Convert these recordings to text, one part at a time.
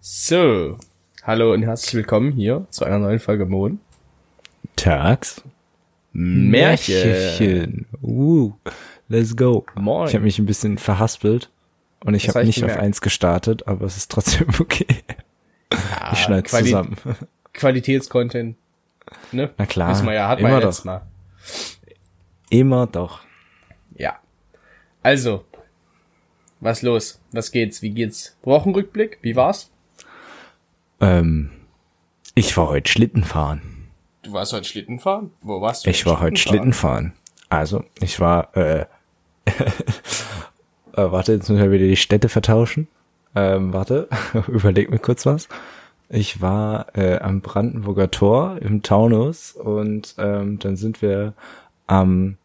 So, hallo und herzlich willkommen hier zu einer neuen Folge Mohn. Tags. Märchen. Uh, let's go. Moin. Ich habe mich ein bisschen verhaspelt und ich Das habe hab ich nicht auf gemerkt. eins gestartet, aber es ist trotzdem okay. Ah, Ich schneide Quali- zusammen. Qualitätscontent. Ne? Na klar, Wissen wir ja, hat man immer ja letztes doch. Mal. Immer doch. Ja. Also, was los? Was geht's? Wie geht's? Wochenrückblick? Wie war's? Ähm, ich war heute Schlitten fahren. Du warst heute Schlitten fahren? Wo warst du? Ich war heute Schlitten fahren. Also, ich war, äh, äh, warte, jetzt müssen wir wieder die Städte vertauschen. Ähm, warte, überleg mir kurz was. Ich war äh, am Brandenburger Tor im Taunus und ähm, dann sind wir am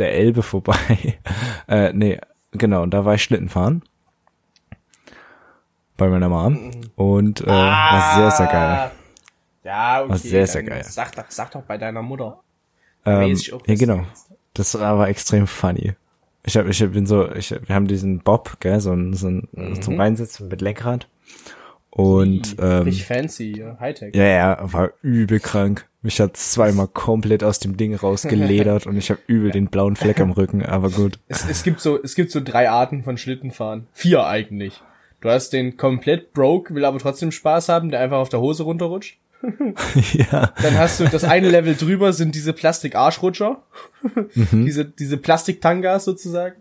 der Elbe vorbei. äh, nee, genau, und da war ich Schlitten fahren. Bei meiner Mom. Und äh, war sehr, sehr Ah, geil. Ja, okay. War sehr, sehr dann geil. Sag doch, sag doch bei deiner Mutter. Ähm, Weiß ich auch, ja, was genau. Das war aber extrem funny. Ich hab, ich bin so, ich, wir haben diesen Bob, gell, so ein, so ein Mhm. zum Reinsitzen mit Lenkrad. Und, ähm, Richtig fancy, ja, Hightech. ja, ja, war übel krank. Mich hat zweimal komplett aus dem Ding rausgeledert und ich habe übel den blauen Fleck am Rücken, aber gut. Es, es gibt so, es gibt so drei Arten von Schlittenfahren. Vier eigentlich. Du hast den komplett broke, will aber trotzdem Spaß haben, der einfach auf der Hose runterrutscht. ja, Dann hast du das eine Level drüber sind diese Plastik-Arschrutscher. Diese, diese Plastik-Tangas sozusagen.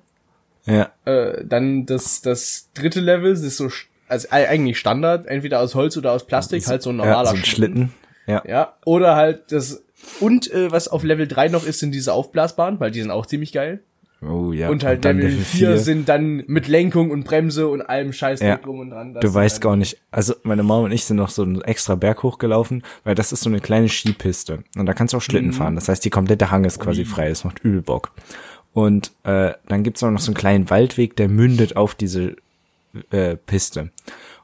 ja, Äh, dann das, das dritte Level das ist so, sch- also ei- eigentlich Standard, entweder aus Holz oder aus Plastik, halt so ein normaler ja, so ein Schlitten. Ja, Ja, oder halt das, und äh, was auf Level 3 noch ist, sind diese Aufblasbaren, weil die sind auch ziemlich geil. oh ja. Und halt dann Level 4 vier. sind dann mit Lenkung und Bremse und allem Scheiß Ja. drum und dran. das Du sind weißt dann- gar nicht. Also meine Mama und ich sind noch so einen extra Berg hochgelaufen, weil das ist so eine kleine Skipiste. Und da kannst du auch Schlitten fahren. Das heißt, die komplette Hang ist quasi frei. Das macht übel Bock. Und äh, dann gibt's auch noch so einen kleinen Waldweg, der mündet auf diese äh, Piste.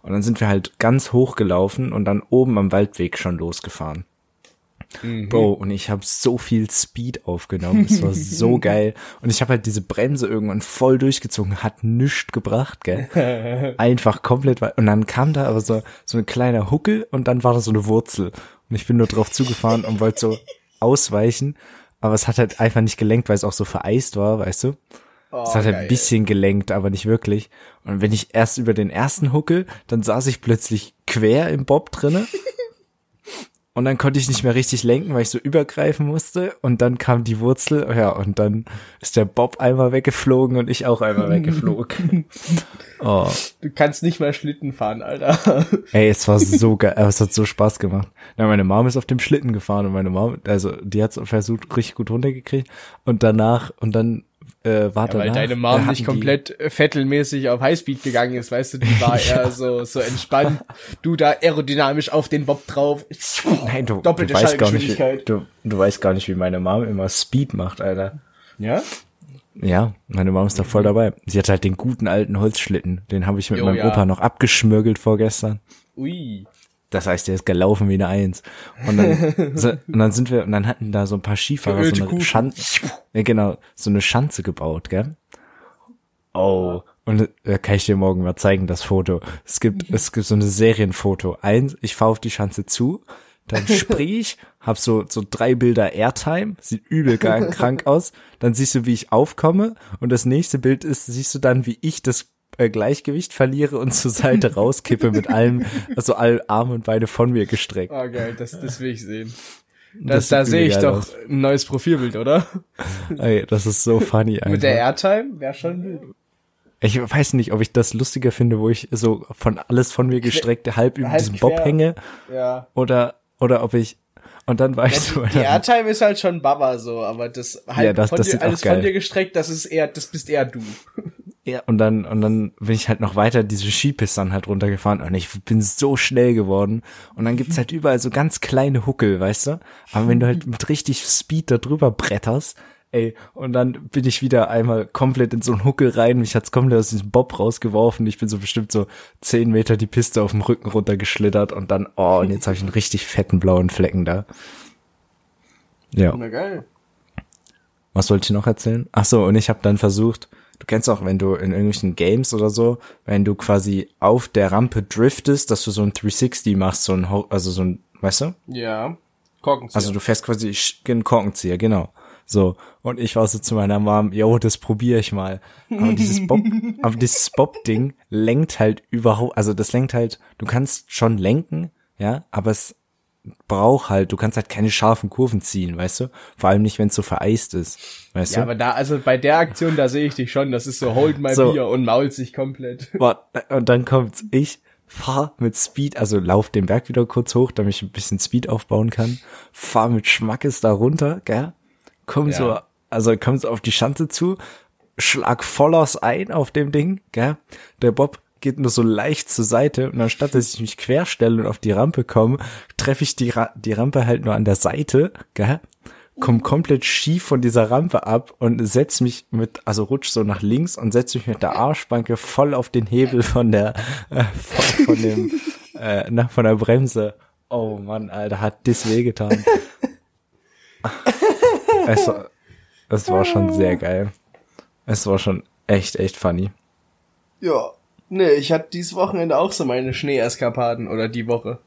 Und dann sind wir halt ganz hoch gelaufen und dann oben am Waldweg schon losgefahren. Bro, und ich habe so viel Speed aufgenommen. Es war so geil. Und ich habe halt diese Bremse irgendwann voll durchgezogen, hat nichts gebracht, gell? Einfach komplett weit. Und dann kam da aber so, so ein kleiner Huckel und dann war da so eine Wurzel. Und ich bin nur drauf zugefahren und wollte so ausweichen. Aber es hat halt einfach nicht gelenkt, weil es auch so vereist war, weißt du? Es hat halt geil. ein bisschen gelenkt, aber nicht wirklich. Und wenn ich erst über den ersten huckel, dann saß ich plötzlich quer im Bob drinne. Und dann konnte ich nicht mehr richtig lenken, weil ich so übergreifen musste. Und dann kam die Wurzel, ja, und dann ist der Bob einmal weggeflogen und ich auch einmal weggeflogen. oh. halt- Du kannst nicht mal Schlitten fahren, Alter. Ey, es war so geil, aber es hat so Spaß gemacht. Na, meine Mom ist auf dem Schlitten gefahren und meine Mom, also die hat es versucht, richtig gut runtergekriegt. Und danach, und dann äh, war Weil danach, deine Mom hatten nicht die- komplett äh, vettelmäßig auf Highspeed gegangen ist, weißt du, die war eher so, so entspannt. Du da aerodynamisch auf den Bob drauf. Nein, du, Doppelte du weißt gar nicht, wie, Schallgeschwindigkeit. du, du weißt gar nicht, wie meine Mom immer Speed macht, Alter. Ja? Ja, meine Mom ist da voll dabei. Sie hat halt den guten alten Holzschlitten. Den habe ich mit Mhm. Jo, meinem ja. Opa noch abgeschmürgelt vorgestern. Ui. Das heißt, der ist gelaufen wie eine Eins. Und dann, so, und dann sind wir, und dann hatten da so ein paar Skifahrer Geölte so eine Kufen. Schanze, ja, genau, so eine Schanze gebaut, gell? Oh. Und da kann ich dir morgen mal zeigen, das Foto. Es gibt, Mhm. es gibt so eine Serienfoto. Eins, ich fahre auf die Schanze zu, dann sprich ich, hab so, so drei Bilder Airtime, sieht übel geil krank aus. Dann siehst du, wie ich aufkomme. Und das nächste Bild ist, siehst du dann, wie ich das äh, Gleichgewicht verliere und zur Seite rauskippe mit allem, also alle Arme und Beine von mir gestreckt. Ah, geil, das, das will ich sehen. Das, sieht da sehe übel ich geil doch aus. ein neues Profilbild, oder? Ey, das ist so funny einfach. Oh Mit der Airtime wäre schon wild. Ich weiß nicht, ob ich das lustiger finde, wo ich so von alles von mir gestreckte halb über halb diesem quer. Bob hänge Ja. oder oder ob ich und dann war ich so Die Airtime ist halt schon Baba so, aber das halt Ja, das- von das dir, sieht auch alles von geil. dir gestreckt, das ist eher, das bist eher du. ja, und dann und dann bin ich halt noch weiter diese Skipiste dann halt runtergefahren und ich bin so schnell geworden und dann gibt's halt überall so ganz kleine Huckel, weißt du? Aber wenn du halt mit richtig Speed da drüber bretterst, ey, und dann bin ich wieder einmal komplett in so einen Huckel rein, mich hat's komplett aus diesem Bob rausgeworfen, ich bin so bestimmt so zehn Meter die Piste auf dem Rücken runtergeschlittert und dann oh, und jetzt habe ich einen richtig fetten blauen Flecken da. Ja. geil. Was wollte ich noch erzählen? Ach so, und ich habe dann versucht, Du kennst auch, wenn du in irgendwelchen Games oder so, wenn du quasi auf der Rampe driftest, dass du so ein 360 machst, so ein, Ho- also so ein, weißt du? Ja. Korkenzieher. Also du fährst quasi sch- einen Korkenzieher, genau. So. Und ich war so zu meiner Mom, yo, das probiere ich mal. Aber dieses Bob, aber dieses Bob-Ding lenkt halt überhaupt, also das lenkt halt, du kannst schon lenken, ja, aber es braucht halt, du kannst halt keine scharfen Kurven ziehen, weißt du? Vor allem nicht, wenn es so vereist ist, weißt ja, du? aber da, also bei der Aktion, da sehe ich dich schon. Das ist so, hold my So. beer und mault sich komplett. Boah, und dann kommt's ich, fahr mit Speed, also lauf den Berg wieder kurz hoch, damit ich ein bisschen Speed aufbauen kann, fahr mit Schmackes da runter, gell? Komm Ja. so, also komm so auf die Schanze zu, schlag voll aus ein auf dem Ding, gell? Der Bob geht nur so leicht zur Seite und anstatt, dass ich mich querstelle und auf die Rampe komme, treffe ich die, Ra die Rampe halt nur an der Seite, gell? Komm komplett schief von dieser Rampe ab und setz mich mit, also rutsch so nach links und setz mich mit der Arschbanke voll auf den Hebel von der, äh, von, von dem, äh, na, von der Bremse. Oh Mann, Alter, hat das wehgetan. es, war- es war schon sehr geil. Es war schon echt, echt funny. Ja. Nee, ich hatte dieses Wochenende auch so meine Schneeeskapaden oder die Woche.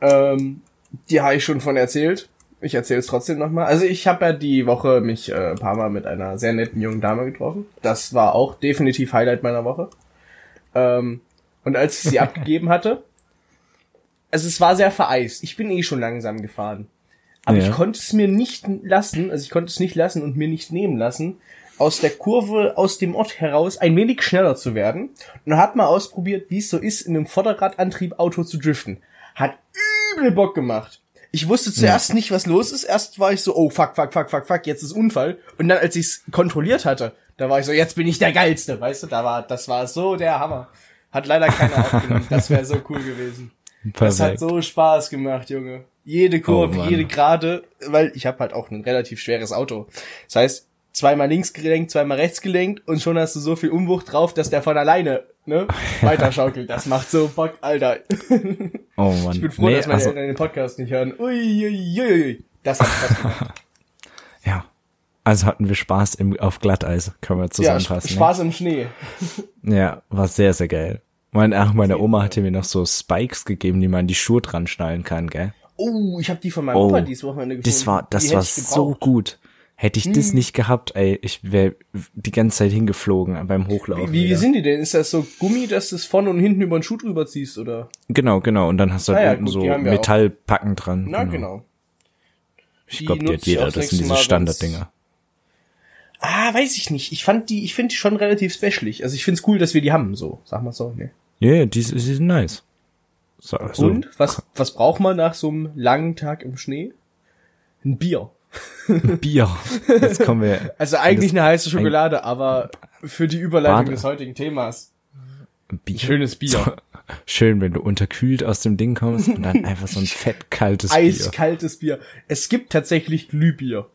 Ähm, die habe ich schon von erzählt. Ich erzähle es trotzdem nochmal. Also ich habe ja die Woche mich äh, ein paar Mal mit einer sehr netten jungen Dame getroffen. Das war auch definitiv Highlight meiner Woche. Ähm, und als ich sie abgegeben hatte, also es war sehr vereist. Ich bin eh schon langsam gefahren. Aber Ja. ich konnte es mir nicht lassen, also ich konnte es nicht lassen und mir nicht nehmen lassen, aus der Kurve, aus dem Ort heraus ein wenig schneller zu werden. Und hat mal ausprobiert, wie es so ist, in einem Vorderradantrieb Auto zu driften. Hat übel Bock gemacht. Ich wusste zuerst nicht, was los ist. Erst war ich so, oh fuck, fuck, fuck, fuck, fuck, jetzt ist Unfall. Und dann, als ich es kontrolliert hatte, da war ich so, jetzt bin ich der Geilste, weißt du, da war, das war so der Hammer. Hat leider keiner aufgenommen. Das wäre so cool gewesen. Das hat Perfekt. so Spaß gemacht, Junge. Jede Kurve, Oh, Mann. jede Gerade, weil ich habe halt auch ein relativ schweres Auto. Das heißt, zweimal links gelenkt, zweimal rechts gelenkt und schon hast du so viel Umwucht drauf, dass der von alleine ne, weiterschaukelt. Das macht so Bock, Alter. oh Mann. Ich bin froh, Nee, dass meine also- Eltern den Podcast nicht hören. Uiuiuiui. Das hat Spaß gemacht. Ja. Also hatten wir Spaß im, auf Glatteis, können wir ja, zusammenfassen. ne? Spaß im Schnee. Ja, war sehr, sehr geil. Mein, ach, meine Oma hatte mir noch so Spikes gegeben, die man an die Schuhe dran schnallen kann, gell? Oh, ich habe die von meinem Oh, Opa dieses Wochenende gefunden. Das war, Die das hätte war ich so gebraucht. Hm. gut. Hätte ich das nicht gehabt, ey, ich wäre die ganze Zeit hingeflogen beim Wie, Hochlaufen. wie wieder. sind die denn? Ist das so Gummi, dass du es vorne und hinten über den Schuh drüber ziehst, oder? Genau, genau. Und dann hast du Ah halt ja, unten gut, so die haben wir auch. Metallpacken dran. Na, genau. Ich glaube, die hat jeder. Das sind diese Standarddinger. Ah, weiß ich nicht. Ich fand die, ich finde die schon relativ specialig. Also ich find's cool, dass wir die haben, so. Sag mal so, ne? Ja, yeah, die, die sind nice. So, so. Und? Was, was braucht man nach so einem langen Tag im Schnee? Ein Bier. Bier. Jetzt kommen wir. Also eigentlich eine heiße Schokolade, aber für die Überleitung Warte. des heutigen Themas. Bier. Schönes Bier. So. Schön, wenn du unterkühlt aus dem Ding kommst und dann einfach so ein fettkaltes Bier. Eiskaltes Bier. Es gibt tatsächlich Glühbier.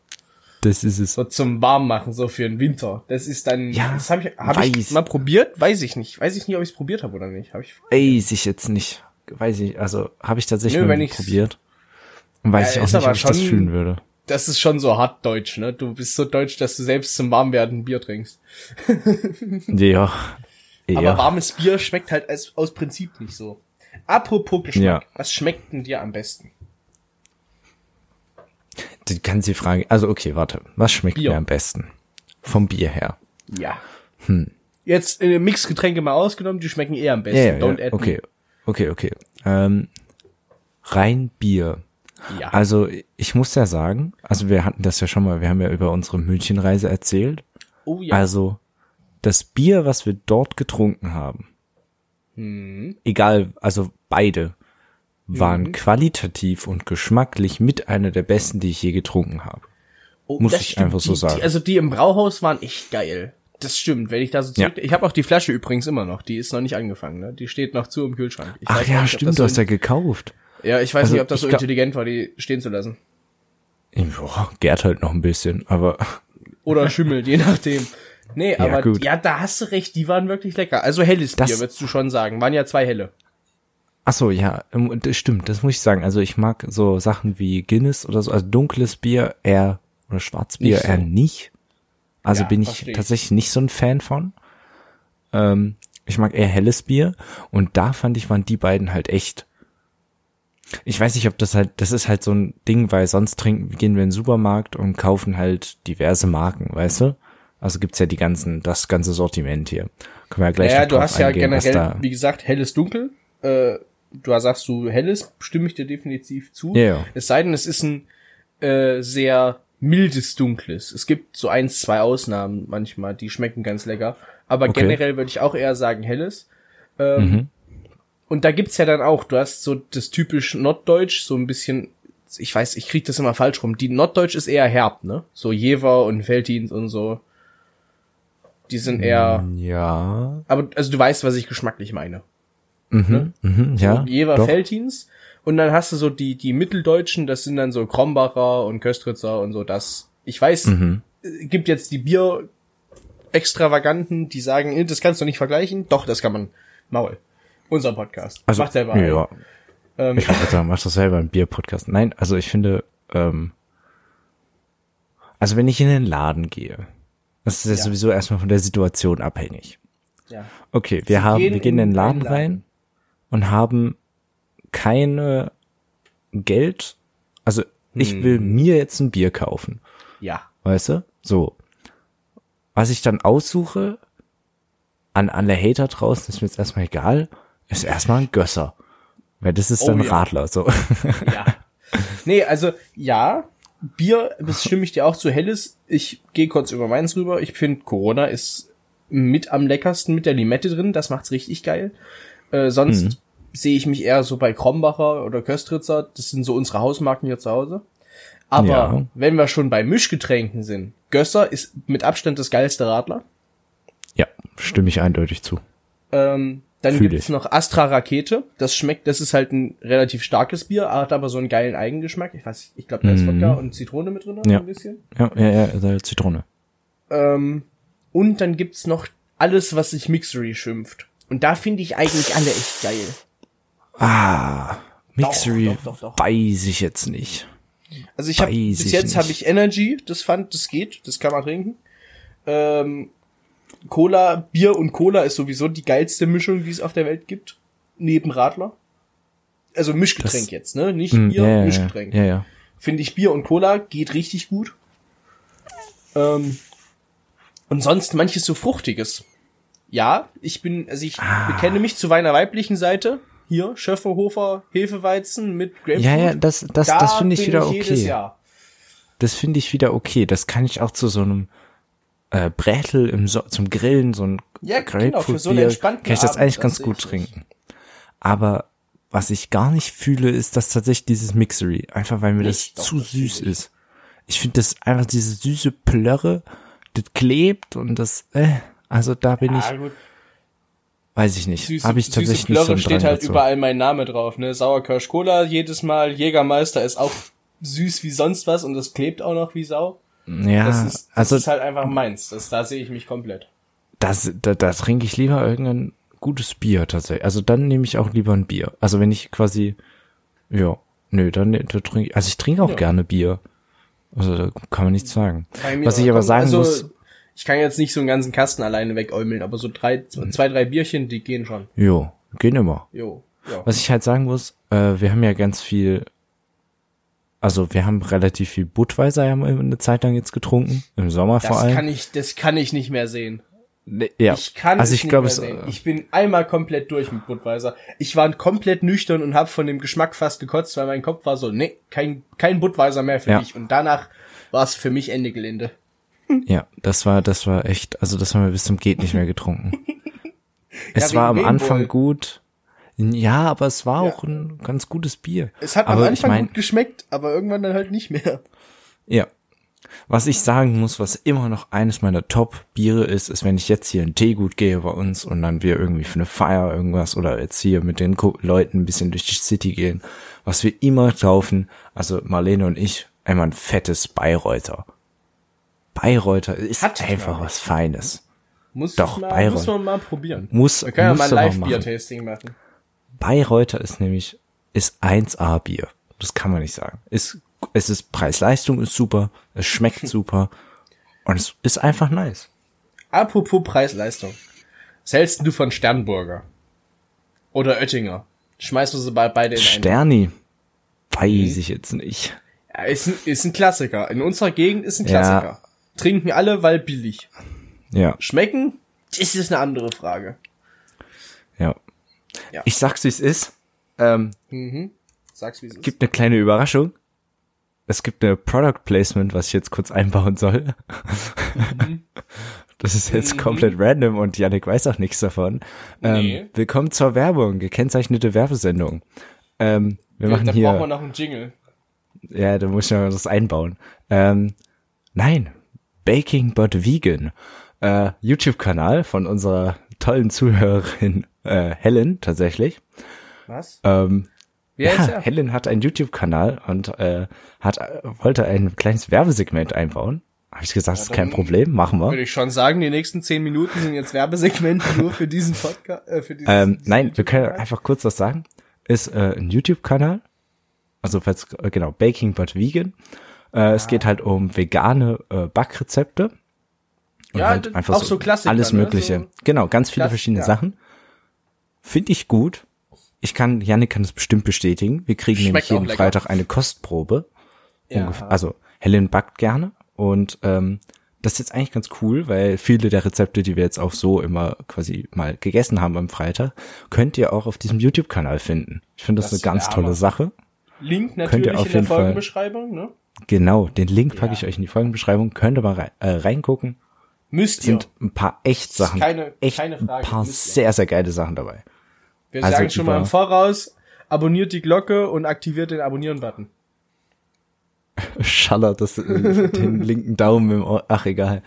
Das ist es. So zum Warmmachen, so für den Winter. Das ist dann. Ja, das habe ich, hab ich weiß. mal probiert. Weiß ich nicht. Weiß ich nicht, ob ich es probiert habe oder nicht. Hab ich Weiß ich jetzt nicht. Weiß ich, also habe ich tatsächlich Nö, noch wenn nie ich's- probiert. Und weiß Ja, ich ist auch nicht, aber ob ich das schon- fühlen würde. Das ist schon so hart deutsch, ne? Du bist so deutsch, dass du selbst zum Warmwerden ein Bier trinkst. Ja. Ja. Aber warmes Bier schmeckt halt als, aus Prinzip nicht so. Apropos Geschmack, Ja. was schmeckt denn dir am besten? die ganze Frage. Also okay, warte. Was schmeckt Bier. mir am besten? Vom Bier her. Ja. Hm. Jetzt äh, Mixgetränke mal ausgenommen, die schmecken eher am besten. Ja, ja, Don't ja. add Okay, okay, okay. Ähm, rein Bier. me. Ja. Also ich muss ja sagen, also wir hatten das ja schon mal, wir haben ja über unsere Münchenreise erzählt. oh ja. Also das Bier, was wir dort getrunken haben, Hm. egal, also beide, waren Mhm. qualitativ und geschmacklich mit einer der besten, die ich je getrunken habe. oh, muss das ich stimmt. einfach so die, sagen. Die, also die im Brauhaus waren echt geil. Das stimmt, wenn ich da so Ja. zurück... Ich habe auch die Flasche übrigens immer noch, die ist noch nicht angefangen, ne? Die steht noch zu im Kühlschrank. Ich Ach weiß nicht, ja, ob das stimmt, du hast so, ja gekauft. Ja, ich weiß Also nicht, ob das ich so glaub- intelligent war, die stehen zu lassen. Boah, gärt halt noch ein bisschen, aber oder schimmelt, je nachdem. Nee, aber gut. ja, da hast du recht, die waren wirklich lecker. Also helles Das- Bier, würdest du schon sagen. Waren ja zwei helle. Ach so, ja, ähm, das stimmt, das muss ich sagen. Also ich mag so Sachen wie Guinness oder so, also dunkles Bier eher oder Schwarzbier Nicht so. eher nicht. Also Ja, bin ich verstehe ich. tatsächlich nicht so ein Fan von. Ähm, ich mag eher helles Bier und da fand ich, waren die beiden halt echt. Ich weiß nicht, ob das halt, das ist halt so ein Ding, weil sonst trinken, gehen wir in den Supermarkt und kaufen halt diverse Marken, weißt du? Also gibt's ja die ganzen, das ganze Sortiment hier. Können wir ja gleich Naja, noch du drauf hast ja eingehen, was generell, da- wie gesagt, helles Dunkel. Äh, du sagst du helles, stimme ich dir definitiv zu. Ja, ja. Es sei denn, es ist ein äh, sehr mildes Dunkles. Es gibt so eins, zwei Ausnahmen manchmal, die schmecken ganz lecker. Aber Okay. Mhm. generell würde ich auch eher sagen helles. Ähm, Und da gibt's ja dann auch, du hast so das typisch Norddeutsch, so ein bisschen, ich weiß, ich krieg das immer falsch rum. Die Norddeutsch ist eher herb, ne? So Jever und Veltins und so. Die sind Mhm. eher, Ja. aber also du weißt, was ich geschmacklich meine. Mhm. Mhm. Ja. Jever doch. Feltins. Und dann hast du so die, die Mitteldeutschen, das sind dann so Krombacher und Köstritzer und so das. Ich weiß, Mhm. äh, gibt jetzt die Bier extravaganten, die sagen, "Eh, das kannst du nicht vergleichen. Doch, das kann man. Maul. Unser Podcast. Also, Macht selber. ein. Ja. Ähm. ich wollte gerade sagen, mach das selber im Bier-Podcast. Nein, also ich finde, ähm, also wenn ich in den Laden gehe, das ist ja, Ja. sowieso erstmal von der Situation abhängig. Ja. Okay, wir Sie haben, gehen wir gehen in in den Laden, einen Laden. rein und haben keine Geld. Also ich will Hm. mir jetzt ein Bier kaufen, ja. weißt du? So. Was ich dann aussuche, an alle Hater draußen, ist mir jetzt erstmal egal, ist erstmal ein Gösser. Weil das ist Oh dann ja. Radler, so. ja. Nee, also ja, Bier, das stimme ich dir auch zu helles. Ich gehe kurz über meins rüber. Ich finde, Corona ist mit am leckersten mit der Limette drin. Das macht's richtig geil. Äh, sonst sehe ich mich eher so bei Krombacher oder Köstritzer. Das sind so unsere Hausmarken hier zu Hause. Aber Ja. wenn wir schon bei Mischgetränken sind, Gösser ist mit Abstand das geilste Radler. Ja, stimme ich eindeutig zu. Ähm, dann Fühl gibt's ich. noch Astra Rakete. Das schmeckt, das ist halt ein relativ starkes Bier, hat aber so einen geilen Eigengeschmack. Ich weiß, ich glaube, da ist Wodka und Zitrone mit drin, Mhm. Ja. ein bisschen. Ja, ja, ja, äh, Zitrone. Ähm, und dann gibt's noch alles, was sich Mixery schimpft. Und da finde ich eigentlich alle echt geil. Ah, Mixery doch, doch, doch. weiß ich jetzt nicht. Also ich habe Weiß bis ich jetzt habe nicht. ich Energy, das fand, das geht, das kann man trinken. Ähm, Cola, Bier und Cola ist sowieso die geilste Mischung, die es auf der Welt gibt, neben Radler. Also Mischgetränk Das- jetzt, ne? Nicht Hm, Bier, ja, ja, ja, Mischgetränk. ja, ja. finde ich Bier und Cola geht richtig gut. Ähm, und sonst manches so Fruchtiges. Ja, ich bin, also ich Ah. bekenne mich zu meiner weiblichen Seite. Hier, Schöfferhofer Hefeweizen mit Grapefruit. Ja, ja, das, das, Da das finde ich bin wieder Jedes okay. Jahr. Das finde ich wieder okay. Das kann ich auch zu so einem äh, Brätel im so zum Grillen, so ein Ja, genau, Grapefruit für so einen Bier, entspannten kann ich das Abend, eigentlich das ganz sehe gut ich nicht. trinken. Aber was ich gar nicht fühle, ist das tatsächlich dieses Mixery. Einfach weil mir Nicht, doch, das zu das fühle süß ist. Ich finde das einfach diese süße Plörre, das klebt und das, äh, also da bin ich, Ah, gut. weiß ich nicht, Süße, habe ich süße tatsächlich nicht so Plörre einen Drang steht halt dazu. überall mein Name drauf, ne? Sauerkirsch Cola jedes Mal, Jägermeister ist auch süß wie sonst was und das klebt auch noch wie Sau. Ja, Das, ist, das also ist halt einfach meins. Das, da sehe ich mich komplett. das, da, da trinke ich lieber irgendein gutes Bier tatsächlich. Also dann nehme ich auch lieber ein Bier. Also wenn ich quasi, ja, nö, dann, ne- da trinke ich, also ich trinke auch gerne Bier. Also da kann man nichts sagen. Bei mir Was ich aber kommt- sagen also, muss, Ich kann jetzt nicht so einen ganzen Kasten alleine wegäumeln, aber so drei, Hm. zwei, drei Bierchen, die gehen schon. jo, gehen immer. Jo. Ja. Was ich halt sagen muss, äh, wir haben ja ganz viel, also wir haben relativ viel Budweiser haben wir eine Zeit lang jetzt getrunken, im Sommer vor Das allem. kann ich, das kann ich nicht mehr sehen. Nee, ja. Ich kann also es ich nicht glaube, mehr es, sehen. äh, Ich bin einmal komplett durch mit Budweiser. Ich war komplett nüchtern und habe von dem Geschmack fast gekotzt, weil mein Kopf war so, nee, kein, kein Budweiser mehr für Ja. dich. Und danach war es für mich Ende Gelände. ja, das war, das war echt, also das haben wir bis zum geht nicht mehr getrunken. es wegen war am Rainbow. Anfang gut. Ja, aber es war Ja. auch ein ganz gutes Bier. Es hat aber am Anfang ich mein, gut geschmeckt, aber irgendwann dann halt nicht mehr. Ja. Was ich sagen muss, was immer noch eines meiner Top-Biere ist, ist, wenn ich jetzt hier in Teegut gehe bei uns und dann wir irgendwie für eine Feier irgendwas oder jetzt hier mit den Ko Leuten ein bisschen durch die City gehen, was wir immer kaufen, also Marlene und ich, einmal ein fettes Bayreuther. Bayreuther ist Hatte ich einfach noch was Feines. Muss, Doch, ich mal, Bayreuth. muss man mal probieren. Muss- man kann ja muss mal ein aber Live-Bier-Tasting machen. Bayreuther ist nämlich, ist 1A Bier. Das kann man nicht sagen. Ist, es ist Preis-Leistung ist super, es schmeckt super. Und es ist einfach nice. Apropos Preis-Leistung. Was hältst du von Sternburger? Oder Oettinger? Schmeißt du sie bei beide in Mhm. einen? Sterni. Weiß ich jetzt nicht. Ja, ist, ein, ist ein Klassiker. In unserer Gegend ist ein Klassiker. Trinken alle, weil billig. Ja, Schmecken? Das ist eine andere Frage. ja. Ja. Ich sag's, wie's ist. Ähm, Sag's, wie es ist. gibt eine kleine Überraschung. Es gibt eine Product Placement, was ich jetzt kurz einbauen soll. Mhm. Das ist jetzt komplett random und Yannick weiß auch nichts davon. Ähm, Nee. Willkommen zur Werbung, gekennzeichnete Werbesendung. Ähm, wir machen Äh, da hier. brauchen wir noch einen Jingle. Ja, da muss ich noch das einbauen. Ähm, nein, Baking But Vegan. Äh, YouTube-Kanal von unserer tollen Zuhörerin äh, Helen tatsächlich. Was? Ähm, Wie heißt ja, er? Helen hat einen YouTube-Kanal und äh, hat, äh, wollte ein kleines Werbesegment einbauen. Habe ich gesagt, ist kein dann- Problem, machen wir. Würde ich schon sagen, die nächsten zehn Minuten sind jetzt Werbesegmente nur für diesen Podcast. Äh, für dieses, Ähm, nein, wir können einfach kurz was sagen. Ist äh, ein YouTube-Kanal. Also falls, äh, genau, Baking But Vegan. Äh, Ah. Es geht halt um vegane äh, Backrezepte. Und halt Ja, d- auch so Klassiker, Alles ne? Mögliche. So- genau, ganz viele Klass- verschiedene ja. Sachen. Finde ich gut. Ich kann, Janik kann das bestimmt bestätigen. Wir kriegen Schmeckt nämlich auch jeden lecker. Freitag eine Kostprobe. Ja. Ungef- Also Helen backt gerne und ähm, das ist jetzt eigentlich ganz cool, weil viele der Rezepte, die wir jetzt auch so immer quasi mal gegessen haben am Freitag, könnt ihr auch auf diesem YouTube-Kanal finden. Ich finde das, Das eine ganz wär tolle Hammer. Sache. Link ihr natürlich in der auf jeden Fall- Folgenbeschreibung. Ne? Genau, den Link packe Ja. ich euch in die Folgenbeschreibung. Könnt ihr mal rei- äh, reingucken. Müsst ihr. Sind ein paar echt Sachen, keine- echt keine Frage, ein paar müsst ihr. sehr, sehr geile Sachen dabei. Wir also sagen schon mal über- im Voraus, abonniert die Glocke und aktiviert den Abonnieren-Button. schallert das äh, den linken Daumen im Ohr. Ach, egal.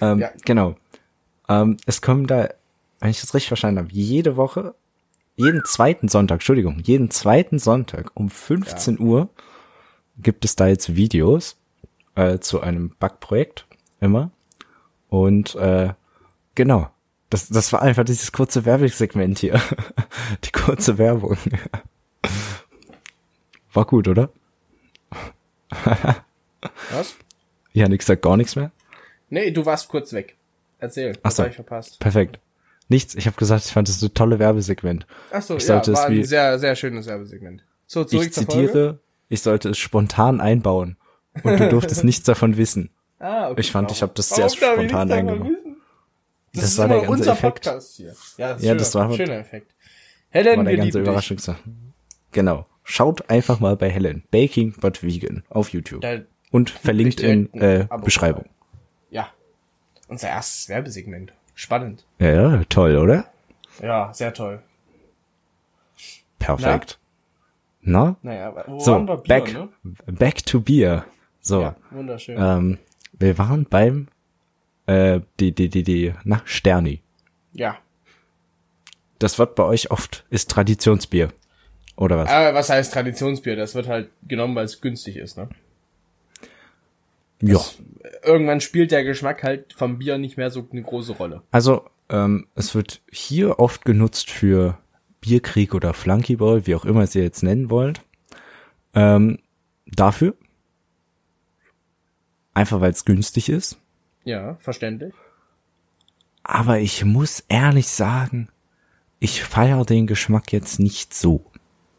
Ähm, Ja. Genau. Ähm, es kommen da, wenn ich das richtig verstanden habe, jede Woche, jeden zweiten Sonntag, Entschuldigung, jeden zweiten Sonntag um 15 Uhr gibt es da jetzt Videos äh, zu einem Backprojekt immer. Und äh, genau. Das, das war einfach dieses kurze Werbesegment hier. Die kurze Werbung. War gut, oder? Was? Janik sagt gar nichts mehr. Nee, du warst kurz weg. Erzähl, Ach was so. hab ich verpasst? Perfekt. Nichts. Ich habe gesagt, ich fand das eine tolle Werbesegment. Ach so, Ich ja, sollte es war ein wie- sehr, sehr schönes Werbesegment. So, zurück Ich zur Folge. zitiere, ich sollte es spontan einbauen. Und du durftest nichts davon wissen. Ah, okay, Ich fand, ich habe das sehr Warum darf ich spontan nicht davon eingebaut. wissen? Das, Das ist war immer der ganze unser Effekt. Podcast hier. Ja, das, Ja, schöner, das war- schöner Effekt. Helen, War wir der ganze lieben dich. Überraschungssache. Genau. Schaut einfach mal bei Helen. Baking but Vegan auf YouTube. Da- Und verlinkt ich direkt in äh, ein Abo. Beschreibung. Ja, unser erstes Werbesegment. Spannend. Ja, ja, toll, oder? Ja, sehr toll. Perfekt. Na? Naja, wo So, waren wir? Bier, back, ne? back to beer. So. Ja, wunderschön. Ähm, wir waren beim äh, die, die, die, die, na, Sterni. ja. Das wird bei euch oft, ist Traditionsbier. Oder was? Aber was heißt Traditionsbier? Das wird halt genommen, weil es günstig ist, ne? ja. äh, Irgendwann spielt der Geschmack halt vom Bier nicht mehr so eine große Rolle. Also, ähm, es wird hier oft genutzt für Bierkrieg oder Flunkyball, wie auch immer sie jetzt nennen wollt. Ähm, dafür. Einfach weil es günstig ist. Ja, verständlich. Aber ich muss ehrlich sagen, ich feiere den Geschmack jetzt nicht so.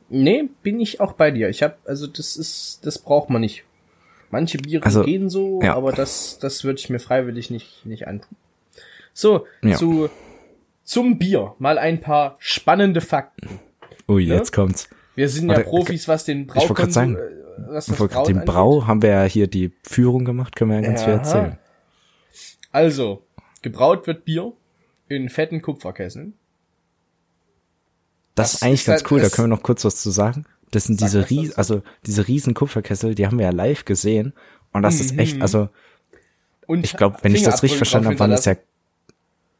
Nee, bin ich auch bei dir. Ich hab, also das ist, das braucht man nicht. Manche Biere Also, gehen so, ja. aber das, das würde ich mir freiwillig nicht, nicht antun. So, Ja. zu, zum Bier. Mal ein paar spannende Fakten. Oh Ui, jetzt komm's. Wir sind ja Warte, Profis, was den Brau wollte grad sagen, äh, was das Vor Braut dem angeht. Brau haben wir ja hier die Führung gemacht, können wir ja ganz viel Aha. erzählen. Also, gebraut wird Bier in fetten Kupferkesseln. Das, Das ist eigentlich ist ganz halt- cool, da es- können wir noch kurz was zu sagen. Das sind Sag diese was dazu. riesen, also diese riesen Kupferkessel, die haben wir ja live gesehen. Und das ist Mhm. echt, also Und ich glaube, wenn ich das richtig verstanden habe, waren das ja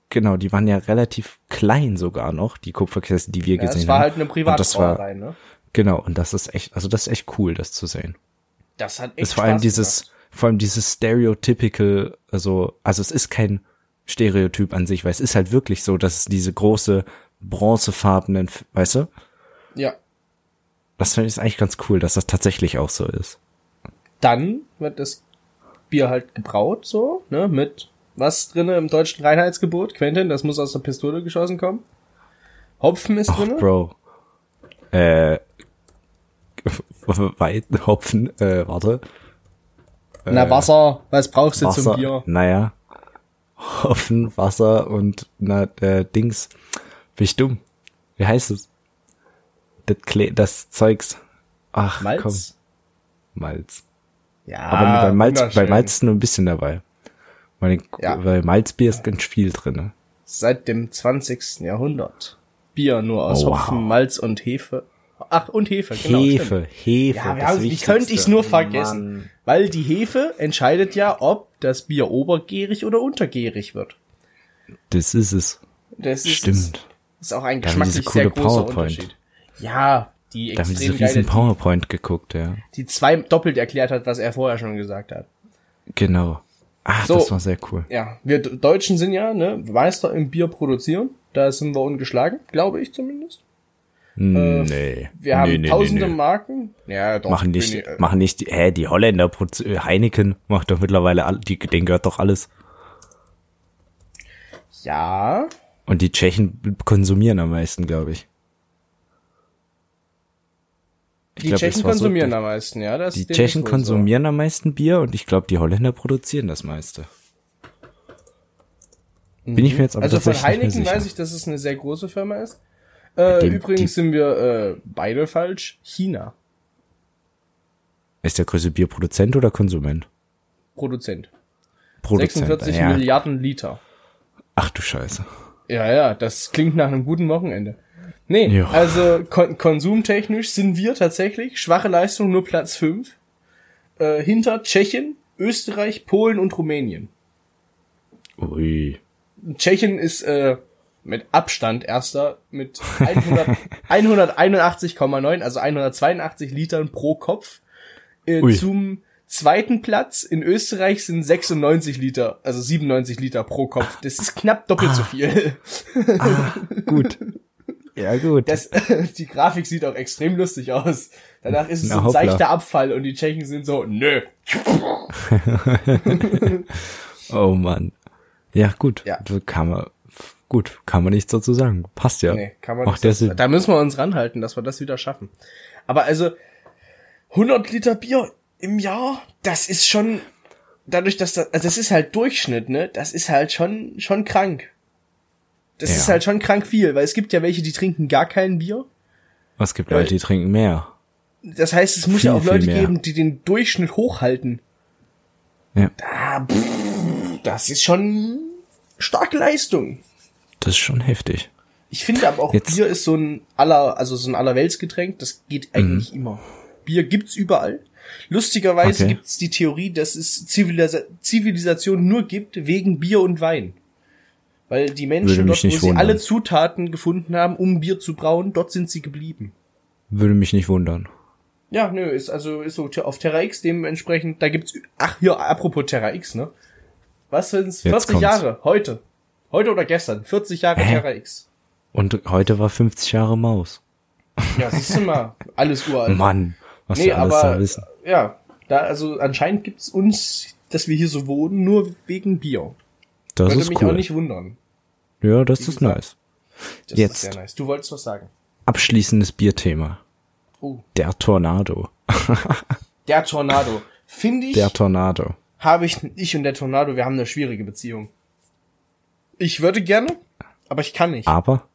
genau, die waren ja relativ klein sogar noch, die Kupferkessel, die wir ja, gesehen das war haben. halt eine und das war, Privatbrauerei, ne? genau, und das ist echt, also das ist echt cool, das zu sehen. Das hat echt ist vor allem Spaß dieses, gemacht. vor allem dieses stereotypical, also, also es ist kein Stereotyp an sich, weil es ist halt wirklich so, dass es diese große bronzefarbenen, weißt du? Ja. Das finde ich eigentlich ganz cool, dass das tatsächlich auch so ist. Dann wird das Bier halt gebraut, so, ne, mit was drinne im deutschen Reinheitsgebot? Quentin, das muss aus der Pistole geschossen kommen. Hopfen ist Ach, drinne. Bro. Äh, Weit, Hopfen, äh, warte. äh, Na, Wasser, was brauchst du zum Bier? Naja. Hopfen, Wasser und na, äh, Dings. Bin ich dumm. Wie heißt es? Das, Kle das Zeugs. Ach, Malz? komm. Malz. Ja, Aber bei, Malz, bei wunderschön. Malz ist nur ein bisschen dabei. Weil, Ja. weil Malzbier ist ganz viel drin. Ne? Seit dem 20. Jahrhundert. Bier nur aus Oh, Wow. Hopfen, Malz und Hefe. Ach, und Hefe, genau. stimmt. Hefe, Hefe. Ja, wir das haben, wie könnte ich Wichtigste. Oh nur vergessen? Mann. Weil die Hefe entscheidet ja, ob das Bier obergärig oder untergärig wird. Das ist es. Das ist, Stimmt. ist auch ein Da haben wir diese geschmacklich sehr coole großer PowerPoint. Unterschied. Ja, die Da haben wir extrem diese riesen geile, PowerPoint geguckt, ja. die zwei doppelt erklärt hat, was er vorher schon gesagt hat. Genau. Ach, So. das war sehr cool. Ja, wir D- Deutschen sind ja, ne, Meister im Bier produzieren. Da sind wir ungeschlagen, glaube ich zumindest. Nee. äh, Wir nee, haben nee, tausende nee, nee. Marken. Ja, doch. Machen bin nicht, ich- äh, machen nicht, die- hä, die Holländer, produ- äh, Heineken macht doch mittlerweile, all, die, denen gehört doch alles. Ja, Und die Tschechen konsumieren am meisten, glaube ich. Ich die glaub, das Tschechen war so- konsumieren am meisten, ja. Das Die dem Tschechen ist wohl so. konsumieren am meisten Bier und ich glaube, die Holländer produzieren das meiste. Bin ich mir jetzt aber Also von tatsächlich Heineken nicht mehr weiß sicher. ich, dass es eine sehr große Firma ist. Äh, Dem- übrigens die- sind wir äh, beide falsch. China, Ist der größte Bierproduzent oder Konsument? Produzent. Produzent. Ah, 46 ja. Milliarden Liter. Ach du Scheiße. Ja, ja, das klingt nach einem guten Wochenende. Nee, Jo. also kon konsumtechnisch sind wir tatsächlich schwache Leistung, nur Platz 5. Äh, hinter Tschechien, Österreich, Polen und Rumänien. Ui. Tschechien ist äh, mit Abstand erster mit 100 181,9, also 182 Litern pro Kopf. Äh, Ui. zum zweiten Platz in Österreich sind 96 Liter, also 97 Liter pro Kopf. Das ist knapp doppelt Ah. so viel. Gut. Ja, gut. Das, die Grafik sieht auch extrem lustig aus. Danach ist es Na, so ein hoppla. seichter Abfall und die Tschechen sind so, nö. Oh Mann. Ja, gut. Ja. So Kann man, gut, kann man nichts dazu sagen. Passt ja. Nee, kann man Macht der Sinn. Da müssen wir uns ranhalten, dass wir das wieder schaffen. Aber also 100 Liter Bier im Jahr, das ist schon dadurch, dass das also das ist halt Durchschnitt, ne? Das ist halt schon schon krank. Das Ja. ist halt schon krank viel, weil es gibt ja welche, die trinken gar kein Bier. Es gibt Leute, die trinken mehr. Das heißt, es muss Viel, ja auch viel Leute mehr. geben, die den Durchschnitt hochhalten. Ja. Ah, pff, das ist schon starke Leistung. Das ist schon heftig. Ich finde aber auch Jetzt- Bier ist so ein aller, also so ein allerweltsgetränk, das geht Mhm. eigentlich immer. Bier gibt's überall. Lustigerweise Okay. gibt's die Theorie, dass es Zivilisa Zivilisation nur gibt wegen Bier und Wein. Weil die Würde Menschen mich dort, wo nicht sie wundern. alle Zutaten gefunden haben, um Bier zu brauen, dort sind sie geblieben. Würde mich nicht wundern. Ja, nö, ist also ist so te- auf Terra X dementsprechend, da gibt's ach hier apropos Terra X, ne? Was sind's? 40 kommt's. Jahre heute. Heute oder gestern, 40 Jahre Hä? Terra X. Und heute war 50 Jahre Maus. Ja, siehst du mal, alles uralt. Mann, was nee, wir alles aber da wissen. ja, da also anscheinend gibt's uns, dass wir hier so wohnen, nur wegen Bier. Das Würde ist mich cool. auch nicht wundern. ja, das ist nice. Das Jetzt. ist sehr nice. Du wolltest was sagen. Abschließendes Bierthema. Oh, Der Tornado. der Tornado. Finde ich, Der Tornado. habe ich, ich und der Tornado, wir haben eine schwierige Beziehung. Ich würde gerne, aber ich kann nicht. Aber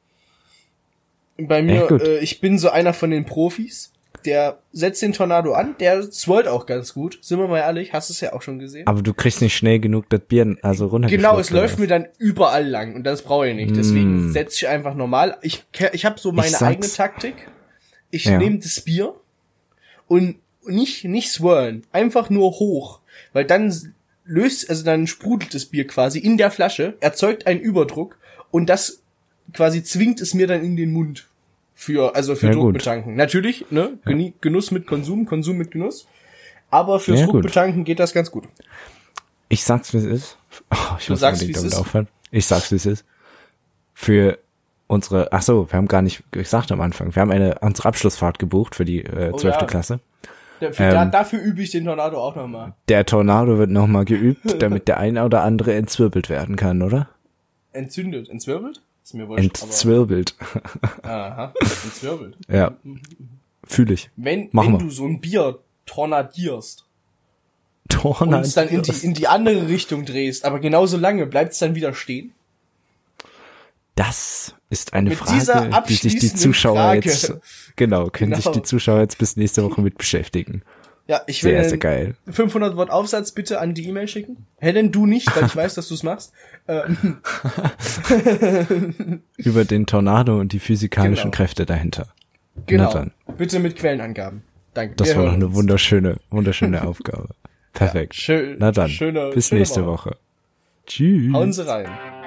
Bei Echt mir, Ah. gut. äh, ich bin so einer von den Profis, der setzt den Tornado an, der swirlt auch ganz gut. Sind wir mal ehrlich, hast du es ja auch schon gesehen. Aber du kriegst nicht schnell genug das Bier also runter. Genau, es läuft mir dann überall lang und das brauche ich nicht. Deswegen setze ich einfach normal. Ich, ke- ich habe so meine Hm. sag's. eigene Taktik. Ich Ja. nehme das Bier und nicht, nicht swirlen, einfach nur hoch. Weil dann s- löst, also dann sprudelt das Bier quasi in der Flasche, erzeugt einen Überdruck und das quasi zwingt es mir dann in den Mund. Für, also für Ja, gut. Druckbetanken. Natürlich, ne? Geni Genuss mit Konsum, Konsum mit Genuss. Aber fürs Ja, gut. Druckbetanken geht das ganz gut. Ich sag's, wie es ist. Oh, ich muss sagst, unbedingt wie's damit ist? aufhören. Ich sag's, wie es ist. Für unsere, ach so, wir haben gar nicht gesagt am Anfang, wir haben eine unsere Abschlussfahrt gebucht für die äh, 12. Oh, ja. Klasse. Dafür, da, dafür übe ich den Tornado auch nochmal. Der Tornado wird nochmal geübt, damit der ein oder andere entzwirbelt werden kann, oder? Entzündet, entzwirbelt? Ist mir wurscht, Entzwirbelt. aber. Aha, entzwirbelt. Ja. Fühle ich. Wenn, Machen wenn wir. du so ein Bier tornadierst und Tornado. es dann in die, in die andere Richtung drehst, aber genauso lange bleibt es dann wieder stehen. Das ist eine Mit dieser Frage, die sich die abschließenden Zuschauer Frage. jetzt, genau, können sich Genau. die Zuschauer jetzt bis nächste Woche mit beschäftigen. Ja, ich will Sehr, sehr einen geil. 500 Wort Aufsatz bitte an die E-Mail schicken. Helen, du nicht, weil ich weiß, dass du es machst. Ähm, Über den Tornado und die physikalischen Genau. Kräfte dahinter. Na genau. dann. Bitte mit Quellenangaben. Danke. Das Wir war doch hören eine uns. wunderschöne, wunderschöne Aufgabe. Perfekt. schön- Na dann, schöne- bis schöne nächste Woche. Tschüss. Hauen Sie rein.